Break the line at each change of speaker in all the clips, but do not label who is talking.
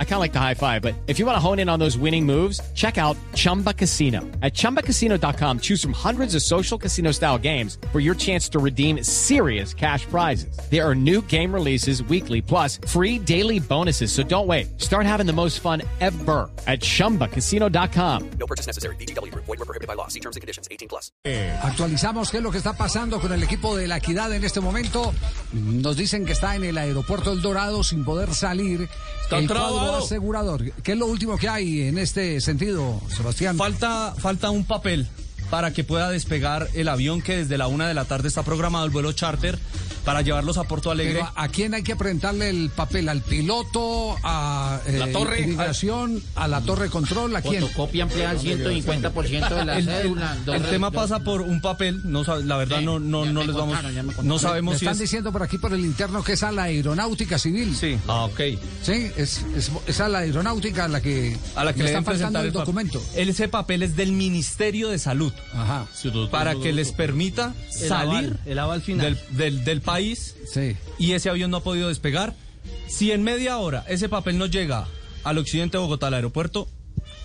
I kind of like the high five, but if you want to hone in on those winning moves, check out Chumba Casino. At chumbacasino.com, choose from hundreds of social casino style games for your chance to redeem serious cash prizes. There are new game releases weekly, plus free daily bonuses. So don't wait. Start having the most fun ever at chumbacasino.com.
No purchase necessary. BGW. Void were prohibited by law. See terms and conditions. 18 plus.
Actualizamos qué es lo que está pasando con el equipo de la Equidad en este momento. Nos dicen que está en el aeropuerto El Dorado sin poder salir. el cuadro
trabado.
asegurador. ¿Qué es lo último que hay en este sentido, Sebastián?
Falta, falta un papel para que pueda despegar el avión que desde la una de la tarde está programado el vuelo charter para llevarlos a Porto Alegre.
Pero,
ah,
¿a- ¿A quién hay que presentarle el papel? ¿Al piloto? ¿A eh,
La torre.
inmigración? ¿A la torre control? ¿A quién?
Fotocopia amplía al 150% de la
El,
cédula.
el-
dos
el
re-
tema
dos-
pasa por un papel, no sab- la verdad
Sí,
no, no,
ya
no
me
les vamos,
contaron, ya me contaron.
no
Me
sabemos si
están
es...
diciendo por aquí, por el interno, que es a la aeronáutica civil.
Sí. Ah, ok.
Sí, es, es, es a la aeronáutica a la que,
A la que
le
le
está faltando
deben presentar
el
el pap-
documento.
Ese papel es del Ministerio de Salud.
Ah,
Ajá.
para que les permita salir
aval, el aval final.
Del, del- del país
Sí.
y ese avión no ha podido despegar. Si en media hora ese papel no llega al occidente de Bogotá, al aeropuerto,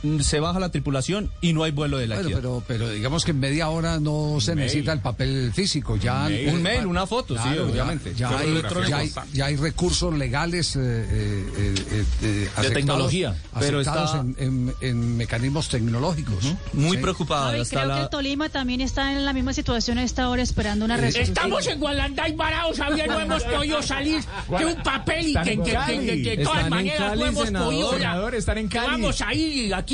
mm, se baja la tripulación y no hay vuelo de la
Bueno,
Equidad.
pero, pero digamos que en media hora no se necesita el papel físico. Ya,
Un mail, una foto, sí,
Claro, ya-
obviamente.
Ya, hay, ya hay- ya hay recursos legales eh, eh, eh, eh, eh, aceptados-
tecnología. Pero
aceptados
está-
en, en- en mecanismos tecnológicos.
Muy
Sí.
preocupada.
Javi,
está
creo
la-
que el Tolima también está en la misma situación a esta hora esperando una respuesta.
Estamos en Gualanday varados, todavía no hemos podido salir de un papel y que, que- que- que- que de todas
Están en
maneras no
Cali,
hemos
senador.
podido. ya.
Senador, están en
Que
Cali.
Vamos a ir aquí